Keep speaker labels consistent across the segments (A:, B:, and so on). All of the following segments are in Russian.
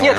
A: Нет,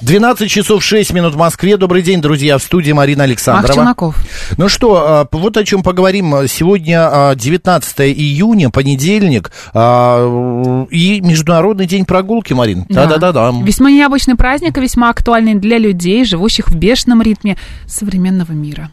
B: 12 часов 6 минут в Москве. Добрый день, друзья, в студии Марина Александрова.
C: Акчунаков.
B: Ну что, а, вот о чем поговорим. Сегодня а, 19 июня, понедельник, а, и Международный день прогулки, Марин. Да-да-да-да.
C: А, Весьма необычный праздник и весьма актуальный для людей, живущих в бешеном ритме современного мира.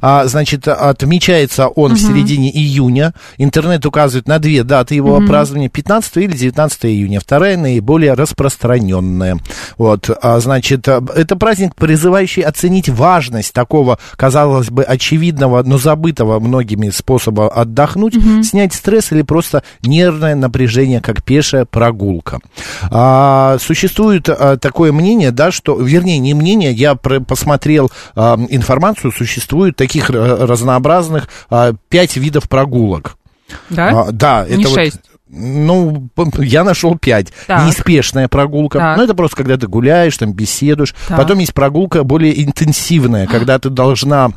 B: А, Значит, отмечается он в середине июня. Интернет указывает на две даты его празднования, 15 или 19 июня. Вторая наиболее распространенная. Вот, а, значит, а, это праздник, призывающий оценить важность такого, казалось бы, очевидного, но забытого многими способа отдохнуть, снять стресс или просто нервное напряжение, как пешая прогулка. А, существует а, такое мнение, да, что, вернее, не мнение, я про- посмотрел а, информацию, существует таких э, разнообразных а, пять видов прогулок.
C: Да?
B: А, да,
C: Не
B: это вот-
C: шесть?
B: ну, п- я нашел пять.
C: Так.
B: Неспешная прогулка.
C: Так.
B: Ну, это просто когда ты гуляешь, там беседуешь.
C: Так.
B: Потом есть прогулка более интенсивная, когда ты должна.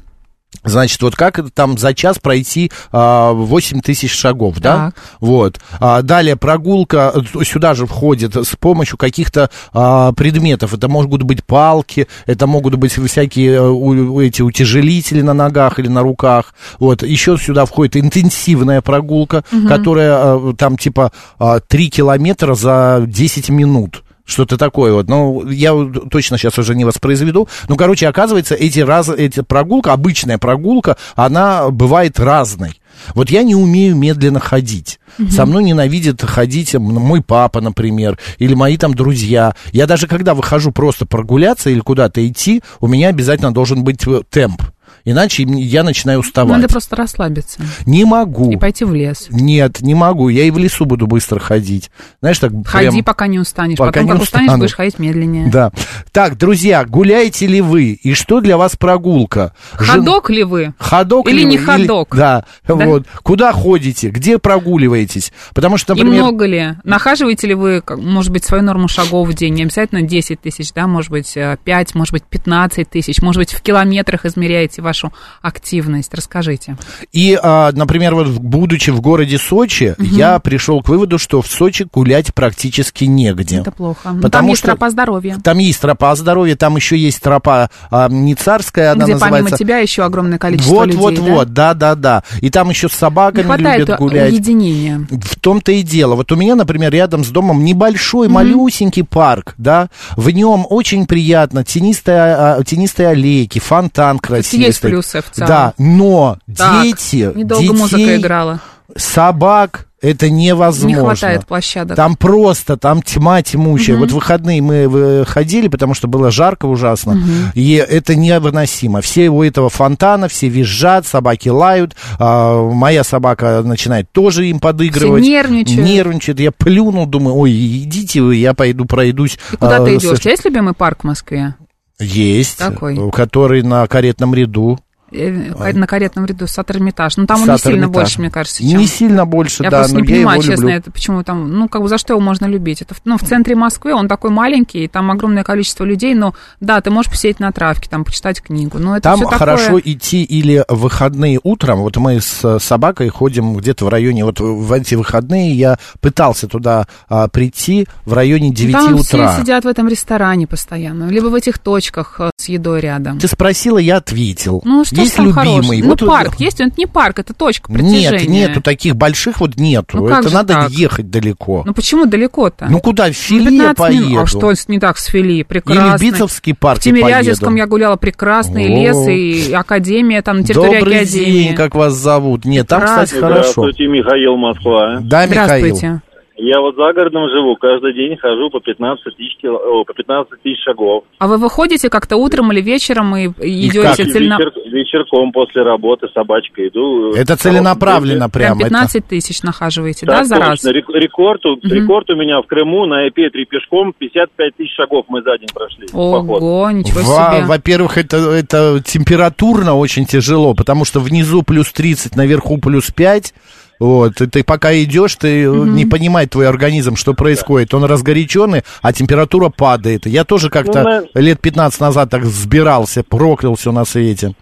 B: Значит, вот как это там за час пройти а, 8 тысяч шагов, да?
C: Так.
B: Вот. А, далее прогулка э, сюда же входит с помощью каких-то а, предметов. Это могут быть палки, это могут быть всякие э, у- у эти утяжелители на ногах или на руках. Вот. Еще сюда входит интенсивная прогулка, которая э, там типа а, 3 километра за 10 минут. Что-то такое вот. Ну, я вот точно сейчас уже не воспроизведу. Ну, короче, оказывается, эти раз, эти прогулка, обычная прогулка, она бывает разной. Вот я не умею медленно ходить. Со мной ненавидит ходить м, мой папа, например, или мои там друзья. Я даже когда выхожу просто прогуляться или куда-то идти, у меня обязательно должен быть э, темп. Иначе м- я начинаю уставать.
C: Надо просто расслабиться
B: Не могу.
C: и пойти в лес.
B: Нет, не могу. Я и в лесу буду быстро ходить. Знаешь, так
C: Ходи,
B: прям-
C: пока не устанешь.
B: пока
C: Потом,
B: не
C: как устанешь,
B: устану.
C: будешь ходить медленнее.
B: Да. Так, друзья, гуляете ли вы? И что для вас прогулка? Жен-
C: Ходок ли вы?
B: Ходок
C: Или
B: ли
C: не
B: вы?
C: ходок?
B: Да, вот. Куда ходите? Где прогуливаетесь? Потому что,
C: И
B: например...
C: много ли? Нахаживаете ли вы, как, может быть, свою норму шагов в день? Не обязательно 10 тысяч, да, может быть, э, 5, может быть, 15 тысяч, может быть, в километрах измеряете вашу активность. Расскажите.
B: И, а, например, вот в- будучи в городе Сочи, я пришел к выводу, что в Сочи гулять практически негде.
C: Это плохо. Но Там
B: Потому
C: есть
B: что-
C: тропа здоровья.
B: Там есть тропа здоровья, там еще есть тропа а, не царская, она
C: где
B: называется.
C: помимо тебя еще огромное количество
B: вот,
C: людей.
B: вот,
C: да?
B: вот, да, да, да. И там еще с
C: Не
B: собаками
C: хватает
B: любят гулять.
C: уединения.
B: В том-то и дело. Вот у меня, например, рядом с домом небольшой, малюсенький парк, да. В нем очень приятно тенистые, а, тенистые аллейки, фонтан красивый.
C: есть
B: стоит.
C: плюсы в целом.
B: Да, но
C: Так,
B: дети,
C: Недолго
B: детей,
C: музыка играла.
B: собак это невозможно.
C: Не хватает площадок.
B: Там просто, там тьма тьмущая. Вот выходные мы выходили, потому что было жарко ужасно. И это невыносимо. Все у этого фонтана, все визжат, собаки лают. а, моя собака начинает тоже им подыгрывать.
C: Все нервничают.
B: Нервничает. Я плюнул, думаю, ой, идите вы, я пойду пройдусь.
C: И куда
B: а,
C: ты
B: с-
C: идешь? У тебя есть любимый парк в Москве?
B: Есть. э,
C: Какой?
B: Который на каретном ряду.
C: Э,
B: А.
C: ка- На каретном ряду Сатармитаж. Ну, там он не
B: Сад
C: сильно
B: Эрмитаж.
C: больше, мне кажется, чем...
B: Не сильно больше,
C: Я
B: да,
C: просто
B: но
C: не понимаю,
B: я его
C: честно,
B: люблю.
C: это почему там, ну, как бы за что его можно любить? Это, в- ну, в центре Москвы он такой маленький, и там огромное количество людей, но, да, ты можешь посидеть на травке, там, почитать книгу, но это
B: Там
C: всё такое-
B: хорошо идти или в выходные утром. Вот мы с э, собакой ходим где-то в районе, вот в эти выходные я пытался туда а, прийти в районе 9
C: Там
B: утра.
C: все сидят в этом ресторане постоянно, либо в этих точках э, с едой рядом.
B: Ты спросила, я ответил.
C: Ну, что
B: есть
C: ж там
B: любимый.
C: хорошего?
B: Вот-
C: ну, парк есть, но это не парк, это точка притяжения.
B: Нет, нету таких больших, вот нету.
C: Ну, как
B: Это
C: же
B: надо
C: так?
B: ехать далеко.
C: Ну, почему далеко-то?
B: Ну, куда в Филе
C: 15 минут.
B: поеду?
C: А что с- не так с Фили? Прекрасно.
B: Или в Битцевский парк
C: В Тимирязевском
B: поеду.
C: я гуляла прекрасно, и
B: О.
C: лес, и академия, там, на территории
B: Добрый
C: академии.
B: день, как вас зовут? Нет, там, кстати,
C: Здравствуйте.
B: хорошо.
D: Михаил Москва.
B: Да, А, Михаил.
C: Здравствуйте.
D: Я вот за городом живу, каждый день хожу по 15 тысяч, кило- о, по 15 тысяч шагов.
C: А вы выходите как-то утром или вечером и, и
B: И как?
C: идете
D: И
C: целена-
D: вечер- вечерком после работы с собачкой иду. э,
B: Это целенаправленно
C: Прям
B: прямо. это-
C: 15 тысяч нахаживаете,
D: Так
C: да, за раз?
D: точно. Рек- Рекорд, у- рекорд у меня в Крыму на ИП-3 пешком 55 тысяч шагов мы за день прошли. Поход.
C: Ого, ничего
B: Во-
C: себе.
B: Во-первых, это, это температурно очень тяжело, потому что внизу плюс 30, наверху плюс 5. Вот, и ты пока идешь, ты э, не понимает твой организм, что происходит. Он разгоряченный, а температура падает. Я тоже как-то
D: Ну,
B: лет 15 назад так взбирался, проклял все на свете.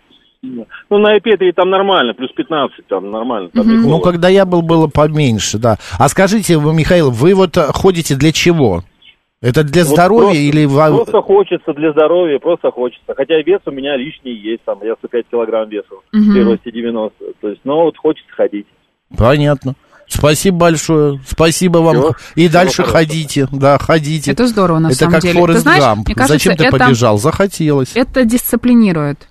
D: Ну, на ИП-3 там нормально, плюс 15 там нормально. Там не
B: Ну,
D: холодно.
B: когда я был, было поменьше, да. А скажите, вы, Михаил, вы вот э, ходите для чего? Это для
D: Вот
B: здоровья
D: просто-
B: или... во-
D: Просто хочется для здоровья, просто хочется. Хотя вес у меня лишний есть, там я 105 килограмм весу при росте 90. То есть, но вот хочется ходить.
B: Понятно. Спасибо большое. Спасибо вам.
D: Всего-
B: и
D: всего
B: дальше
D: хорошего.
B: ходите. Да, ходите.
C: Это здорово, на
B: Это
C: самом
B: как
C: деле.
B: Форест
C: ты знаешь,
B: Гамп.
C: мне кажется,
B: Зачем ты
C: это,
B: побежал? Захотелось.
C: это дисциплинирует.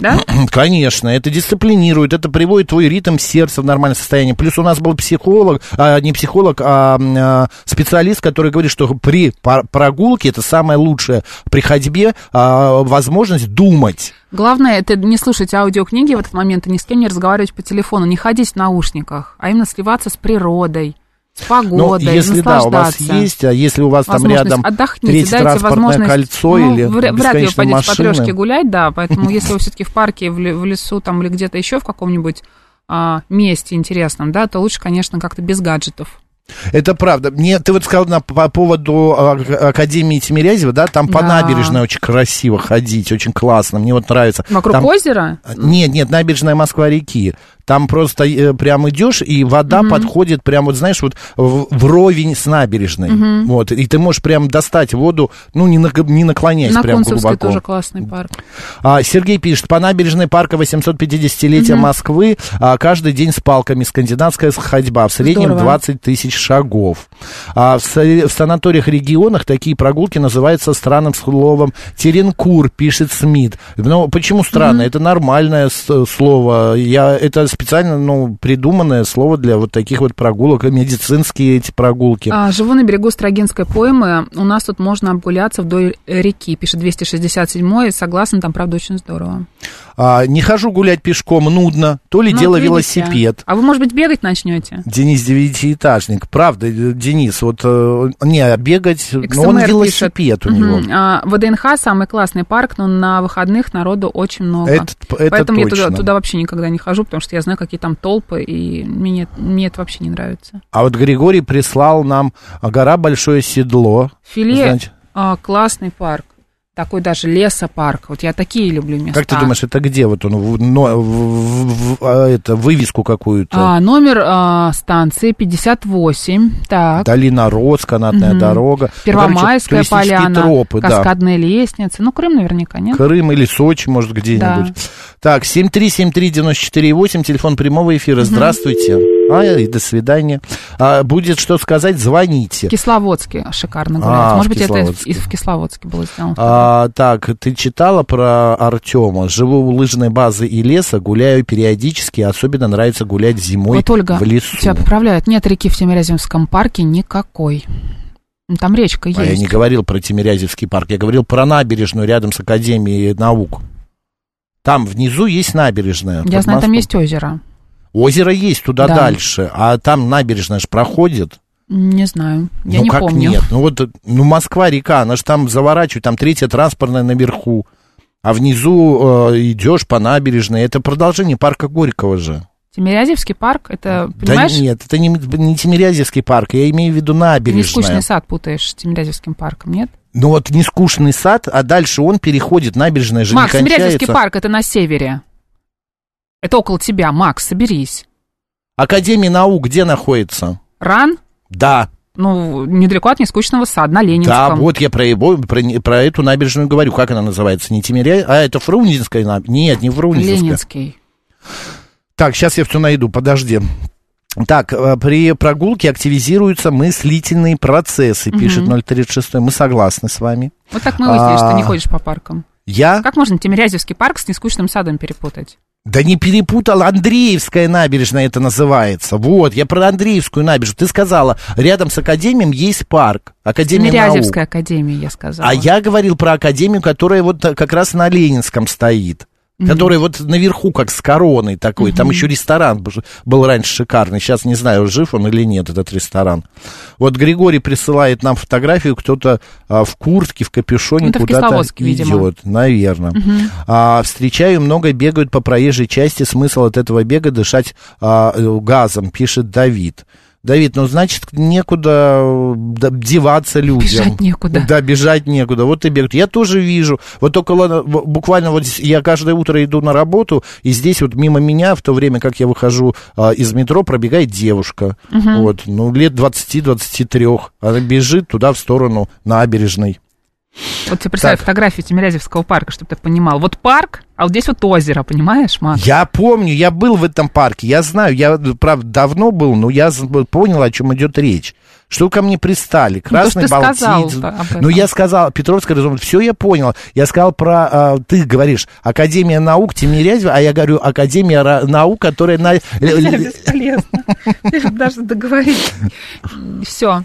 C: Да?
B: Конечно, это дисциплинирует, это приводит твой ритм сердца в нормальное состояние. Плюс у нас был психолог, а, не психолог, а м, а, специалист, который говорит, что при пар- прогулке это самое лучшее при ходьбе а, возможность думать.
C: Главное, это не слушать аудиокниги в этот момент и ни с кем не разговаривать по телефону, не ходить в наушниках, а именно сливаться с природой, с
B: Но
C: погодой,
B: Ну, если да, у вас
C: наслаждаться.
B: есть, а если у вас там
C: Возможность.
B: рядом
C: Отдохните,
B: третье
C: дайте
B: транспортное
C: возможность.
B: кольцо
C: Ну,
B: или
C: вря- вряд ли вы
B: бесконечные
C: пойдете по
B: машины.
C: трешке гулять, да, поэтому если вы все-таки в парке, в ле- в лесу там или где-то еще в каком-нибудь а, месте интересном, да, то лучше, конечно, как-то без гаджетов.
B: Это правда. Мне ты вот сказал на, по поводу а, к- Академии Тимирязева, да, там по
C: Да.
B: набережной очень красиво ходить, очень классно. Мне вот нравится.
C: Вокруг
B: Там- А,
C: озера?
B: Нет, нет, набережная Москва-реки. Там просто э, прям идешь, и вода подходит прям, вот знаешь, вот в- вровень с набережной. Вот, и ты можешь прям достать воду, ну, не, нак- не наклоняясь
C: На
B: прям
C: Кунцевской
B: глубоко.
C: тоже классный парк.
B: А, Сергей пишет, по набережной парка 850-летия Москвы а, каждый день с палками скандинавская ходьба, в среднем
C: Здорово.
B: 20 тысяч шагов. А, в, са- в санаториях регионах такие прогулки называются странным словом теренкур, пишет Смит. Но почему странно? Это нормальное с- слово. Я, это специально ну, придуманное слово для вот таких вот прогулок, медицинские эти прогулки.
C: А, живу на берегу Строгинской поймы. У нас тут можно обгуляться вдоль реки, пишет 267-й. Согласна, там, правда, очень здорово.
B: А, не хожу гулять пешком, нудно. То ли
C: Ну,
B: дело
C: вот видите.
B: велосипед.
C: А вы, может быть, бегать начнете?
B: Денис девятиэтажник. Правда, э, Денис, вот э, не бегать, но он
C: XMR
B: велосипед
C: пишет.
B: у него.
C: Мгм. А, ВДНХ самый классный парк, но на выходных народу очень много.
B: Это, это
C: Поэтому
B: точно.
C: я туда, туда вообще никогда не хожу, потому что я знаю, какие там толпы, и мне, мне это вообще не нравится.
B: А вот Григорий прислал нам а, гора большое седло.
C: Филе
B: Значит,
C: а, классный парк. Такой даже лесопарк. Вот я такие люблю места.
B: как ты думаешь, это где вот он в- но- в- в- в- а, это вывеску какую-то?
C: А, номер а, станции 58. Так.
B: Долина Рос, канатная
C: Мгм.
B: дорога, Ну, короче,
C: Первомайская
B: туристические
C: поляна,
B: тропы, да.
C: каскадные лестницы. Ну, Крым наверняка, нет?
B: Крым или Сочи, может, где-нибудь. Так, 7373948, телефон прямого эфира. Здравствуйте. А, и до свидания. А, будет что сказать, звоните.
C: В Кисловодске шикарно гуляют.
B: А, в
C: Может быть, это из-
B: Кисловодске.
C: из- в Кисловодске было сделано.
B: А, так, ты читала про Артема? Живу у лыжной базы и леса, гуляю периодически, особенно нравится гулять зимой
C: вот Ольга
B: в лесу.
C: тебя поправляют. Нет реки в Тимирязевском парке никакой. Ну, Там речка
B: А я
C: есть.
B: не говорил про Тимирязевский парк, я говорил про набережную рядом с Академией наук. Там внизу есть
C: Я
B: набережная. под
C: знаю, там
B: мостом.
C: есть озеро.
B: Озеро есть туда
C: Да.
B: дальше, а там набережная же проходит.
C: Не знаю. Я
B: ну
C: не
B: как
C: помню.
B: нет? Ну вот, ну Москва река, она же там заворачивает, там третья транспортная наверху, а внизу э, идешь по набережной. Это продолжение парка Горького же.
C: Тимирязевский парк, это, понимаешь,
B: Да нет, это не, не Тимирязевский парк, я имею в виду
C: ты
B: набережная.
C: нескучный сад путаешь с Тимирязевским парком, нет?
B: Ну вот нескучный сад, а дальше он переходит, набережная же
C: Макс,
B: не
C: Тимирязевский
B: кончается.
C: парк, это на севере. Это около тебя, Макс, соберись.
B: Академия наук где находится?
C: Ран,
B: Да,
C: ну, недалеко от нескучного сада, на Ленинском.
B: да, вот я про, его- про, не- про эту набережную говорю. Как она называется? Не Тимиря... А это Фрунзенская наб- Нет, не Фрунзенская.
C: Ленинский.
B: Так, сейчас я все найду, подожди. Так, э, при прогулке активизируются мыслительные процессы, пишет 036. Мы согласны с вами.
C: Вот так мы выяснили, что ты не
B: А.
C: ходишь по паркам.
B: Я
C: Как можно Тимирязевский парк с нескучным садом перепутать?
B: Да не перепутал, Андреевская набережная это называется. Вот, я про Андреевскую набережную. Ты сказала, рядом с Академием есть парк. Академия наук.
C: Тимирязевская академия, я сказала.
B: А я говорил про Академию, которая вот как раз на Ленинском стоит. Который вот наверху, как с короной такой. Там еще ресторан б- был раньше шикарный. Сейчас не знаю, жив он или нет, этот ресторан. Вот Григорий присылает нам фотографию, кто-то а, в куртке, в капюшоне
C: Это в
B: куда-то
C: Кисловодске,
B: идет.
C: видимо.
B: Наверное. А, встречаю, много бегают по проезжей части. Смысл от этого бега дышать а, э, газом, пишет Давид. Давид, ну значит, некуда э, да- деваться людям.
C: Бежать некуда.
B: Да, бежать некуда. Вот и бегают. Я тоже вижу. Вот около, б- буквально вот здесь- я каждое утро иду на работу, и здесь вот мимо меня, в то время, как я выхожу а, из метро, пробегает девушка. Вот, ну, лет 20-23. Она бежит туда, в сторону набережной.
C: Вот тебе представь
B: Так.
C: фотографию Тимирязевского парка, чтобы ты понимал. Вот парк, а вот здесь вот озеро, понимаешь, Макс?
B: Я помню, я был в этом парке, я знаю, я, правда, давно был, но я з- понял, о чем идет речь. Что ко мне пристали? Красный
C: Ну, ты
B: Балтийц.
C: сказал об этом.
B: Ну, я сказал, Петровская разумеет, все я понял. Я сказал про, а, ты говоришь, Академия наук Тимирязева, а я говорю, Академия ра- наук, которая на...
C: Бесполезно. Ты же даже договорить. Все.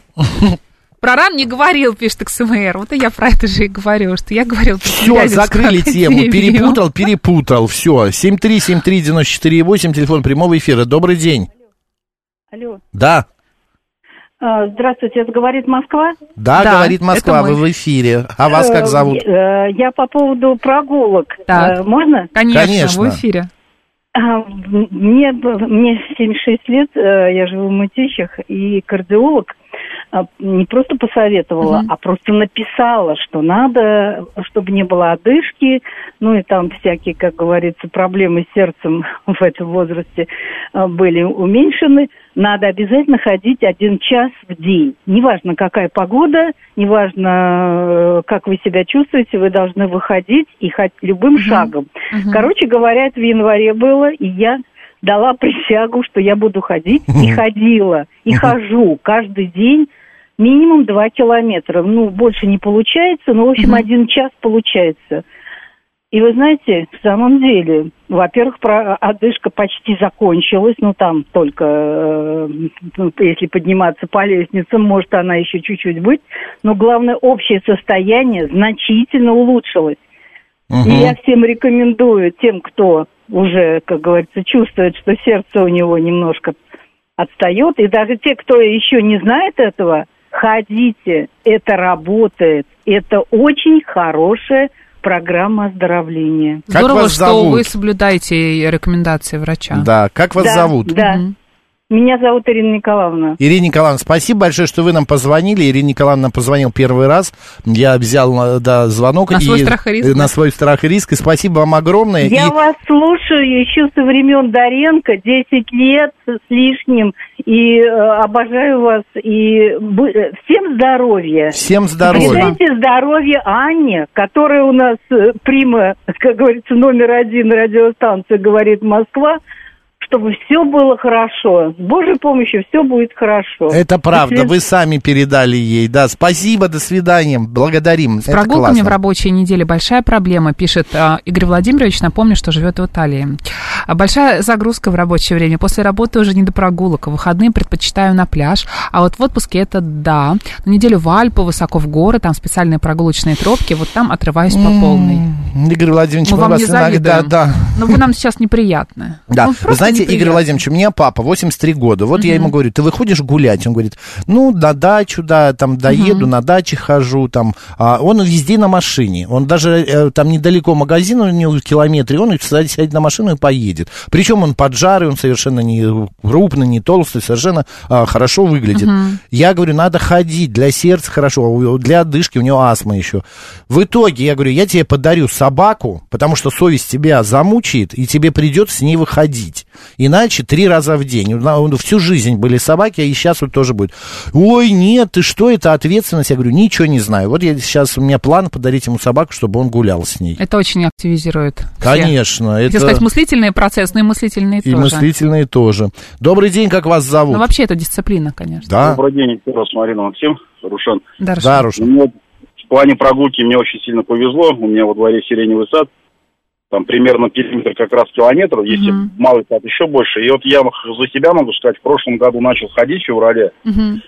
C: Про ран не говорил, пишет XMR. Вот и я про это же и говорю, что я говорил. про
B: Все,
C: Тимирязевскую
B: закрыли тему,
C: академию.
B: перепутал, перепутал, все. 7373948, телефон прямого эфира, добрый день.
E: Алло.
B: Да,
E: А, Здравствуйте, это говорит Москва.
B: да,
C: Да,
B: говорит
C: это
B: Москва,
C: мы.
B: вы в эфире. А вас
E: Э,
B: как зовут?
E: э, Я по поводу прогулок.
C: Так.
E: Э, Можно?
C: Конечно,
B: Конечно.
C: в эфире.
E: А, м- Мне, б- мне 76 лет, э, я живу в Мытищах, и кардиолог а, не просто посоветовала, а просто написала, что надо, чтобы не было одышки, ну и там всякие, как говорится, проблемы с сердцем в этом возрасте а, были уменьшены. Надо обязательно ходить один час в день. Неважно, какая погода, неважно, э, как вы себя чувствуете, вы должны выходить и хоть любым шагом. Короче говоря, это в январе было, и я дала присягу, что я буду ходить, и ходила, и хожу каждый день минимум два километра. Ну, больше не получается, но, в общем, один час получается. И вы знаете, в самом деле, во-первых, про одышка почти закончилась, ну там только, э, ну, если подниматься по лестнице, может она еще чуть-чуть быть, но главное, общее состояние значительно улучшилось. И
B: Мгм.
E: я всем рекомендую, тем, кто уже, как говорится, чувствует, что сердце у него немножко отстает, и даже те, кто еще не знает этого, ходите, это работает, это очень хорошая программа оздоровления.
B: Как
C: Здорово,
B: вас
C: что
B: зовут?
C: вы соблюдаете рекомендации врача.
B: Да, как вас
E: да,
B: зовут?
E: Да.
C: Мгм.
E: Меня зовут Ирина Николаевна.
B: Ирина Николаевна, спасибо большое, что вы нам позвонили. Ирина Николаевна нам позвонил первый раз. Я взял э, да, звонок.
C: На
B: и-
C: свой страх и риск,
B: э,
C: да?
B: На свой страх и риск. И спасибо вам огромное.
E: Я
B: Э, И-
E: вас слушаю еще со времен Доренко, 10 лет с лишним, и э, обожаю вас, и бу- э, всем здоровья.
B: Всем здоровья.
E: Передайте здоровье Анне, которая у нас э, прима, как говорится, номер один радиостанции «Говорит Москва», чтобы все было хорошо. С Божьей помощью все будет хорошо.
B: Это правда,
E: Если-
B: вы сами передали ей. Да, спасибо, до свидания, благодарим.
C: С прогулками в
B: классно.
C: рабочей неделе большая проблема, пишет а, Игорь Владимирович, напомню, что живет в Италии. А Большая загрузка в рабочее время. После работы уже не до прогулок. В выходные предпочитаю на пляж. А вот в отпуске это да. На неделю в Альпы, высоко в горы, там специальные прогулочные тропки. Вот там отрываюсь по полной.
B: Игорь Владимирович,
C: Мы
B: мы,
C: вам
B: вас
C: не
B: иногда...
C: завидуем.
B: Да,
C: Но вы нам сейчас неприятны.
B: Да,
C: Ну,
B: вы
C: просто
B: знаете, Игорь
C: неприятны.
B: Владимирович, у меня папа, 83 года, вот я ему говорю, ты выходишь гулять? Он говорит, ну, на дачу, да, там, доеду, на даче хожу, там, А он везде на машине, он даже э, там недалеко магазин, у него в километре, он сядет сядет на машину и поедет, причем он поджарый, он совершенно не крупный, не толстый, совершенно а, хорошо выглядит. Я говорю, надо ходить, для сердца хорошо, а у- для одышки, у него астма еще. В итоге, я говорю, я тебе подарю собаку, потому что совесть тебя замучает, и тебе придется с ней выходить. Иначе три раза в день. У на- у- Всю жизнь были собаки, и сейчас вот тоже будет. Ой, нет, ты что, это ответственность? Я говорю, ничего не знаю. Вот я сейчас, у меня план подарить ему собаку, чтобы он гулял с ней.
C: Это очень активизирует. все.
B: Конечно,
C: Хотела
B: это
C: сказать, мыслительный процесс, но и мыслительные
B: и
C: тоже.
B: мыслительные тоже. Добрый день, как вас зовут?
C: Но вообще это дисциплина, конечно.
B: Да,
F: Добрый день, еще раз, Марина Максим, Рушан.
C: Дарша.
B: Даруш.
F: Ну, в плане прогулки мне очень сильно повезло. У меня во дворе сиреневый сад. там примерно периметр как раз километров, если
G: Мгм.
F: малый тат еще больше. И вот я за себя могу сказать, в прошлом году начал ходить в феврале,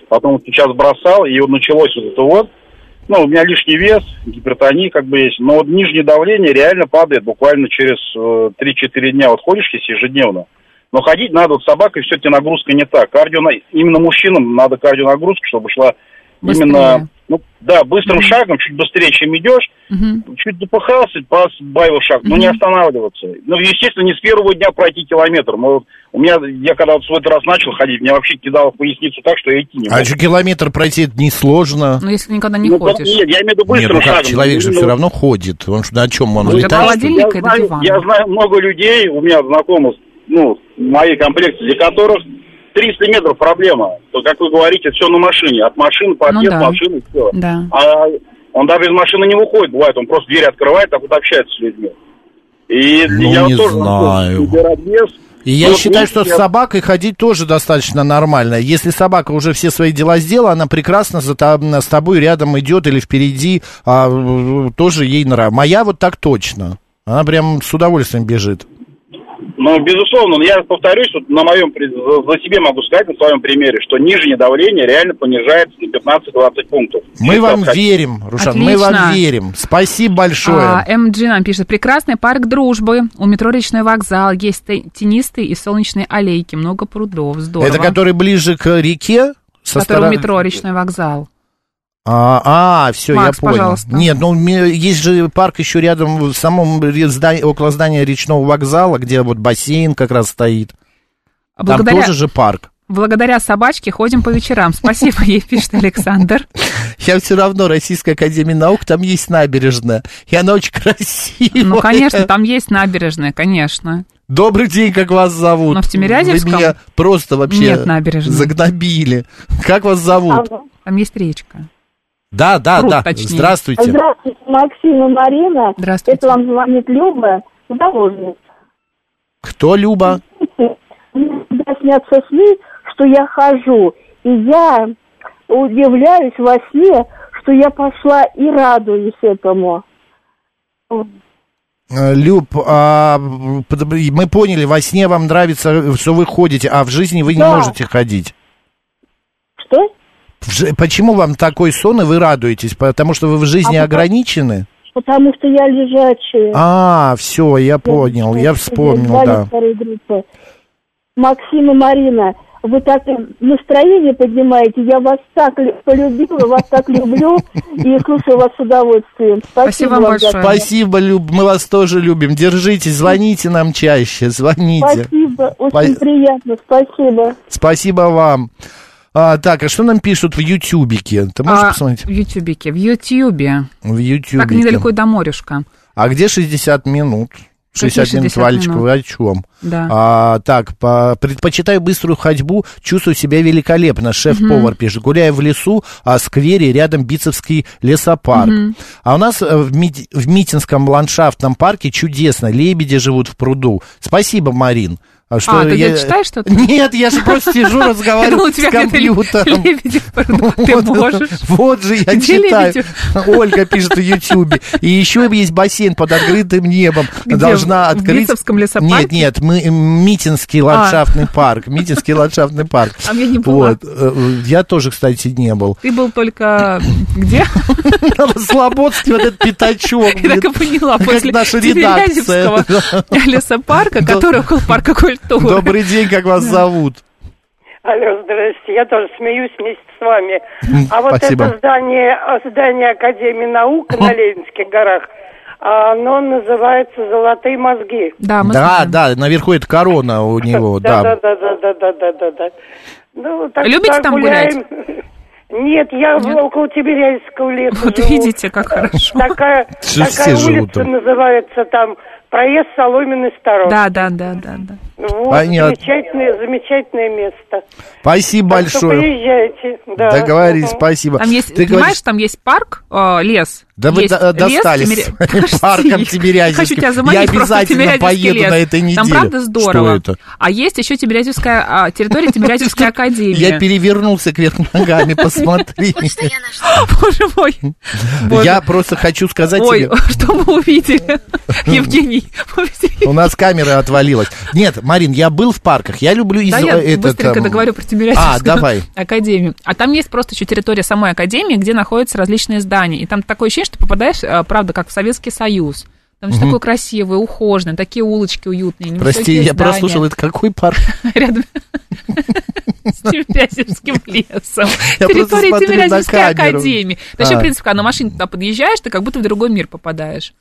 F: потом вот сейчас бросал, и вот началось вот это вот. Ну, у меня лишний вес, гипертония как бы есть, но вот нижнее давление реально падает буквально через э, 3-4 дня. Вот ходишь если ежедневно, но ходить надо вот с собакой, все-таки нагрузка не та. Кардио, на- именно мужчинам надо кардионагрузка, чтобы шла
G: Быстрее.
F: именно... Ну, да, быстрым шагом, чуть быстрее, чем идешь,
C: Мгм.
F: чуть запыхался, сбавил шаг, но не останавливаться. Ну, естественно, не с первого дня пройти километр. Мы вот- у меня, я когда вот в этот раз начал ходить, меня вообще кидало в поясницу так, что я идти не мог.
B: А что, километр пройти это несложно.
C: Ну, если никогда не
F: Ну, как-
C: ходишь.
F: нет, я имею в виду
B: Нет,
F: быстрым
B: ну как,
F: шагом.
B: человек же
F: Ну,
B: все равно ходит. Он ж на чем он
F: ну,
B: летает?
F: я знаю,
C: холодильника
F: я
C: и до
F: знаю-
C: дивана.
F: Я знаю много людей, у меня знакомых, ну, моей комплекции, для которых 300 метров проблема. То, как вы говорите, все на машине. От машины,
C: Ну
F: подъезд,
C: да.
F: машины, все.
C: Да.
F: А он даже из машины не выходит, бывает, он просто дверь открывает, так вот общается с людьми. И
B: Ну,
F: я вот
B: не
F: тоже
B: знаю.
F: набирать вес.
B: И я
F: Ну,
B: считаю,
F: вот
B: что с
F: я-
B: собакой ходить тоже достаточно нормально. Если собака уже все свои дела сделала, она прекрасно за та- с тобой рядом идет или впереди, а, м, тоже ей нравится. Моя вот так точно. Она прям с удовольствием бежит.
F: Ну, безусловно, но я повторюсь, вот на моем, при- за, за себе могу сказать, на своем примере, что нижнее давление реально понижается на 15-20 пунктов.
B: Мы
F: Чисто
B: вам
F: отходя-
B: верим, Рушан, мы
C: Отлично.
B: вам верим. Спасибо большое.
C: А, МГ нам пишет, прекрасный парк дружбы, у метро речной вокзал, есть те- тенистые и солнечные аллейки, много прудов, здорово.
B: Это который ближе к реке? Со
C: Который
B: стороны-
C: у метро речной вокзал.
B: А, все,
C: Макс,
B: я понял.
C: пожалуйста.
B: Нет, ну ме- есть же парк еще рядом в самом ре- зда- около здания речного вокзала, где вот бассейн как раз стоит.
C: А
B: Там
C: благодаря-
B: тоже же парк.
C: Благодаря собачке ходим по вечерам. Спасибо ей, пишет Александр.
B: Я все равно, Российская Академия Наук, там есть набережная. И она очень красивая.
C: Ну, конечно, там есть набережная, конечно.
B: Добрый день, как вас зовут?
C: Но в Тимирязевском
B: Вы меня просто вообще
C: нет набережной.
B: загнобили. Как вас зовут?
C: Там есть речка.
B: Да, да,
C: Пруд,
B: да.
C: точнее.
B: Здравствуйте.
H: Здравствуйте, Максим и Марина. Здравствуйте. Это вам звонит Люба, заложница.
B: Кто, Люба?
H: Мне всегда снятся сны, что я хожу, и я удивляюсь во сне, что я пошла и радуюсь этому.
B: Э, Люб, а, под- мы поняли, во сне вам нравится, что вы ходите, а в жизни вы не
H: Да.
B: можете ходить.
H: Что?
B: Почему вам такой сон, и вы радуетесь? Потому что вы в жизни
H: А потому-
B: ограничены?
H: Потому что я лежачая.
B: А, все, я понял, я вспомнил, да.
H: Второй группы. Максим и Марина, вы так э, настроение поднимаете. Я вас так лю- полюбила, вас так люблю и слушаю вас с удовольствием. Спасибо, вам за-
B: Спасибо, Люб, мы вас тоже любим. Держитесь, звоните нам чаще, звоните.
H: Спасибо, очень
B: Пой-
H: приятно, спасибо.
B: Спасибо вам. А, так, а что нам пишут в Ютубике? Ты можешь
C: А,
B: посмотреть?
C: В Ютубике, в Ютьюбе.
B: В
C: Так
B: Ютубике.
C: недалеко и до морюшка.
B: А где 60 минут? 60,
C: 60
B: минут, Валечка,
C: минут?
B: вы о чем?
C: Да.
B: А, так, по- предпочитаю быструю ходьбу, чувствую себя великолепно. Шеф-повар пишет. Гуляя в лесу, а сквере рядом Бицевский лесопарк.
I: Мгм.
B: А у нас э, в, Мит- в Митинском ландшафтном парке чудесно. Лебеди живут в пруду. Спасибо, Марин. А, что
C: а, ты
B: я-
C: где-то читаешь что-то?
B: Нет, я же просто сижу,
C: Ну, у
B: разговариваю А, с
C: тебя где-то
B: компьютером.
C: лебеди в пруду, ты
B: Вот-
C: можешь.
B: Вот же я
C: Где
B: читаю.
C: лебедь?
B: Ольга пишет в Ютьюбе. И еще есть бассейн под открытым небом.
C: Где,
B: Должна
C: в
B: открыть...
C: Битцевском лесопарке?
B: Нет, нет, мы, Митинский ландшавтный парк. Митинский ландшафтный парк.
C: А я не была.
B: Вот. э, Я тоже, кстати, не был.
C: Ты был только где?
B: На Слободске вот этот пятачок.
C: Я так и
B: блин.
C: поняла,
B: Как
C: после
B: наша
C: Тимирязевского
B: редакция.
C: лесопарка, который около парка культуры.
B: Добрый день, как вас зовут?
J: Алло, здрасте. Я тоже смеюсь вместе с вами.
B: М,
J: А вот
B: спасибо.
J: это здание, а, здание Академии наук на Ленинских горах, а, оно называется «Золотые мозги».
C: Да,
B: да, да, наверху это корона у него, да.
J: Да, да, да, да, да, да, да. Ну, так,
C: Любите
J: так
C: там
J: гуляем. Нет, я в- около Тибиряйского леса
C: Вот
J: живу.
C: видите, ну, как хорошо.
J: Такая,
B: Все-
J: такая
B: все живут
J: улица ну,
B: там.
J: называется там проезд Соломенной сторон.
C: Да, да, да, да, да.
J: Вот,
B: Понятно.
J: замечательное, замечательное место.
B: Спасибо
J: Так что
B: большое.
J: приезжайте. Да.
B: Договорились,
J: Мгм.
B: спасибо.
C: Там есть,
B: Ты
C: понимаешь,
B: говоришь-
C: там есть парк, э, лес,
B: Да вы
C: Есть
B: до-
C: лес
B: достали
C: Тимиря-
B: с моим
C: Кажется,
B: парком
C: их.
B: Тимирязевским.
C: Хочу тебя
B: Я
C: заманить просто в
B: обязательно
C: Тимирязевский
B: поеду
C: лес.
B: на этой неделе.
C: Там правда здорово.
B: Что это?
C: А есть еще Тимирязевская, а, территория Тимирязевской академии.
B: Я перевернулся кверх ногами, посмотри.
C: Боже мой. Боже.
B: Я просто хочу сказать
C: Ой,
B: тебе,
C: что мы увидели, Евгений? мы увидели.
B: у нас камера отвалилась. Нет, Марин, я был в парках, я люблю... из-
C: Да, я
B: этот,
C: быстренько
B: эм,
C: договорю про Тимирязевскую
B: А, давай.
C: академию. А там есть просто еще территория самой академии, где находятся различные здания. И там такое ощущение, что попадаешь, а, правда, как в Советский Союз. Там все
B: Мгм.
C: такое красивое, ухоженное, такие улочки уютные.
B: Прости,
C: невысокие
B: я
C: здания.
B: прослушал, это какой парк?
C: Рядом с Тимирязевским лесом.
B: Я просто
C: Территория
B: смотрю на
C: Тимирязевской
B: камеру.
C: академии. Да еще,
B: А.
C: в принципе, когда на машине туда подъезжаешь, ты как будто в другой мир попадаешь.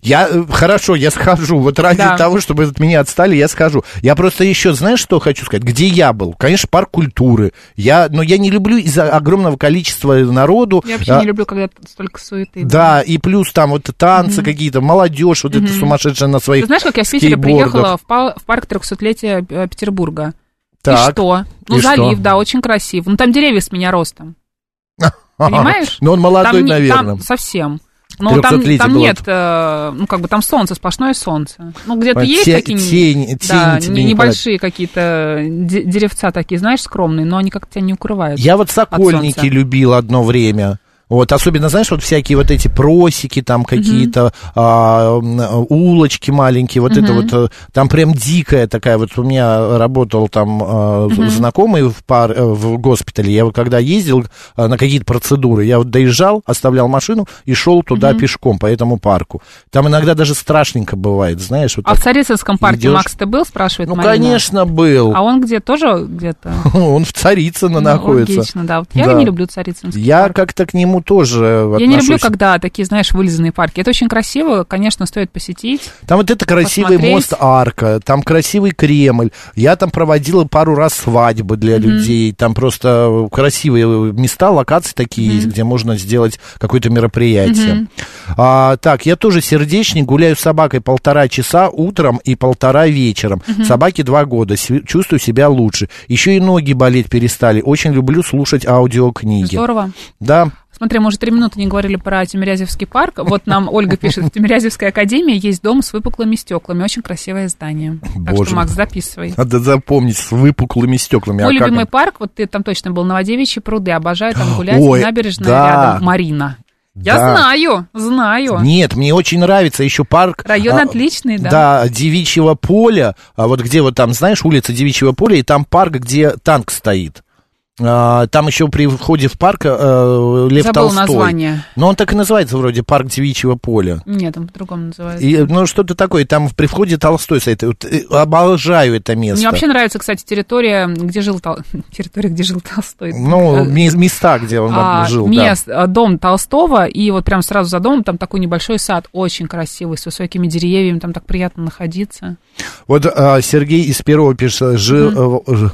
B: Я э, хорошо, я схожу. Вот ради
C: Да.
B: того, чтобы от меня отстали, я схожу. Я просто еще, знаешь, что хочу сказать? Где я был? Конечно, парк культуры. Я, но я не люблю из-за огромного количества народу.
C: Я вообще
B: А,
C: не люблю, когда столько суеты.
B: Да, и плюс там вот танцы
C: Мгм.
B: какие-то, молодежь, вот это
C: Мгм. Ну,
B: сумасшедшая на своих
C: Ты знаешь, как я в Питере
B: скейтбордах.
C: приехала в, пал- в парк 300-летия э, Петербурга?
B: Так.
C: И что? Ну,
B: И что?
C: залив, да, очень красив. Ну, там деревья с меня ростом. Понимаешь?
B: Но Ну, он молодой,
C: Там не-
B: наверное.
C: Там совсем. Ну, там,
B: 300-летие
C: там
B: было.
C: нет, э, ну, как бы там солнце, сплошное солнце. Ну, где-то
B: Понятно.
C: есть
B: Те-
C: такие...
B: тень-
C: да,
B: тени тебе
C: не-
B: не
C: небольшие какие-то э, де- деревца такие, знаешь, скромные, но они как-то тебя не укрывают.
B: Я вот
C: от
B: сокольники
C: солнца.
B: любил одно время. Вот, особенно, знаешь, вот всякие вот эти просики, там какие-то а, м, улочки маленькие, вот это
G: Мгм.
B: вот, э, там прям дикая такая, вот у меня работал там а, з-
G: Мгм.
B: знакомый в, пар, э, в госпитале, я вот когда ездил а, на какие-то процедуры, я вот доезжал, оставлял машину и шел туда
C: Мгм.
B: пешком по этому парку. Там иногда даже страшненько бывает, знаешь. Вот
C: А в
B: так.
C: Царицынском парке
B: идёшь.
C: Макс ты был, спрашивает
B: Ну,
C: Марина.
B: конечно, был.
C: А он где, тоже где-то?
B: Он в
C: Ну,
B: Царицыно находится.
C: логично, да. Вот я не люблю Царицынский
B: Я как-то к нему тоже
C: Я не люблю,
B: отношусь.
C: когда такие, знаешь, вылизанные парки. Это очень красиво, конечно, стоит посетить.
B: Там вот это красивый
C: посмотреть.
B: мост Арка, там красивый Кремль. Я там проводила пару раз свадьбы для
C: Мгм.
B: людей. Там просто красивые места, локации такие есть, где можно сделать какое-то мероприятие.
G: Мгм.
B: А, так, я тоже сердечник, гуляю с собакой полтора часа утром и полтора вечером.
G: Мгм.
B: Собаке два года, си- чувствую себя лучше. Еще и ноги болеть перестали. Очень люблю слушать аудиокниги.
C: Здорово.
B: Да.
C: Смотри, мы уже три минуты не говорили про Тимирязевский парк. Вот нам Ольга пишет, в Тимирязевской академии есть дом с выпуклыми стеклами. Очень красивое здание. Так
B: Боже
C: что, Макс,
B: мой.
C: записывай.
B: Надо запомнить с выпуклыми стеклами.
C: Мой
B: а как
C: любимый
B: он?
C: парк, вот ты там точно был, Новодевичьи пруды. Обожаю там гулять,
B: Ой,
C: набережная
B: да.
C: рядом, Марина. Я
B: Да.
C: знаю, знаю.
B: Нет, мне очень нравится еще парк.
C: Район
B: а,
C: отличный, да.
B: Да, Девичьего поля, а вот где вот там, знаешь, улица Девичьего поля, и там парк, где танк стоит. А, Там еще при входе в парк э, Лев
C: Забыл
B: Толстой.
C: название.
B: Но он так и называется вроде парк Девичьего поля.
C: Нет, там по-другому называется.
B: И, ну, что-то такое, там при входе Толстой стоит. Вот, э, Обожаю это место.
C: Мне вообще нравится, кстати, территория, где жил Тол- территория, где жил Толстой.
B: Ну, ме- места, где он
C: э, А,
B: жил,
C: мест, а, дом Толстого, и вот прям сразу за домом там такой небольшой сад, очень красивый, с высокими деревьями, там так приятно находиться.
B: да. Вот а, Сергей из Перова пишет, жил... э, ж-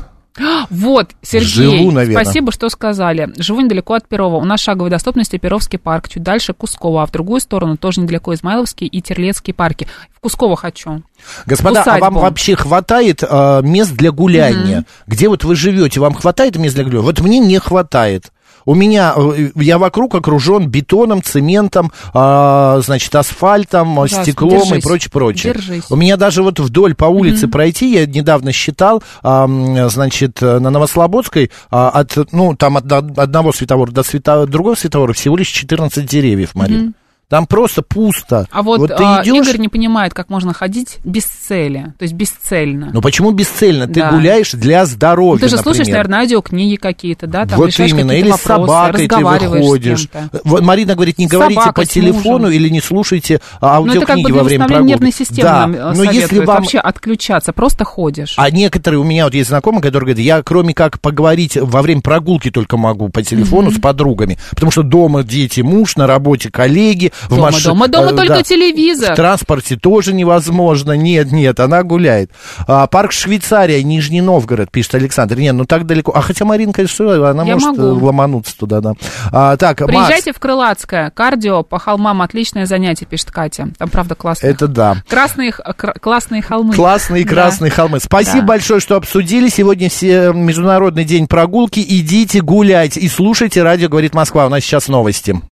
C: Вот, Сергей,
B: Живу, наверное.
C: спасибо, что сказали. Живу недалеко от Перова. У нас шаговой доступности Перовский парк, чуть дальше Кусково, а в другую сторону тоже недалеко Измайловский и Терлецкий парки. В Кусково хочу.
B: Господа, а вам
C: Усадьбу.
B: вообще хватает э, мест для гуляния? Где вот вы живете, вам хватает мест для гуляния? Вот мне не хватает. У меня, э, я вокруг окружен бетоном, цементом, а, значит, асфальтом, э,
G: Ужасно.
B: стеклом и
G: Держись.
B: прочее, прочее.
G: Держись.
B: У меня даже вот вдоль по улице пройти, я недавно считал, а, м, значит, э, на Новослободской, а, от, ну, там от, од- одного световора до света- другого световора всего лишь 14 деревьев, Марин.
C: Мгм.
B: Там просто пусто.
C: А вот,
B: ты
C: а,
B: идешь-
C: Игорь не понимает, как можно ходить без цели, то есть бесцельно.
B: ну почему бесцельно? Ты
C: Да.
B: гуляешь для здоровья.
C: Ну, ты же
B: например.
C: слушаешь, наверное, аудиокниги какие-то, да? Там
B: вот
C: решаешь
B: именно,
C: какие-то
B: или с
C: вопросы,
B: собакой ты
C: разговариваешь с
B: выходишь.
C: кем-то.
B: Вот Марина говорит, не
C: С
B: говорите
C: собакой,
B: по
C: с
B: телефону
C: мужем.
B: или не слушайте
C: Ну, это как
B: аудиокниги
C: бы для
B: во время
C: восстановления
B: прогулки.
C: нервной системы
B: да.
C: нам э,
B: Но если
C: советуют
B: вам
C: вообще отключаться, просто ходишь.
B: а некоторые у меня вот есть знакомые, которые говорят, я кроме как поговорить во время прогулки только могу по телефону с подругами, потому что дома дети, муж, на работе коллеги, в
C: Дома,
B: машине.
C: дома, дома только телевизор.
B: В транспорте тоже невозможно. Нет, нет, она гуляет. А, парк Швейцария, Нижний Новгород, пишет Александр. Нет, ну так далеко. А хотя Марина, конечно, что, она
C: Я
B: может
C: могу.
B: э, ломануться туда, да. А, так, Макс,
C: Приезжайте в Крылатское. Кардио по холмам отличное занятие, пишет Катя. Там, правда, классно.
B: это да.
C: Красные, х- кр- классные холмы.
B: Классные
C: Да.
B: красные холмы. Спасибо
C: Да.
B: большое, что обсудили. Сегодня все э, Международный день прогулки. Идите гулять и слушайте радио «Говорит Москва». У нас сейчас новости.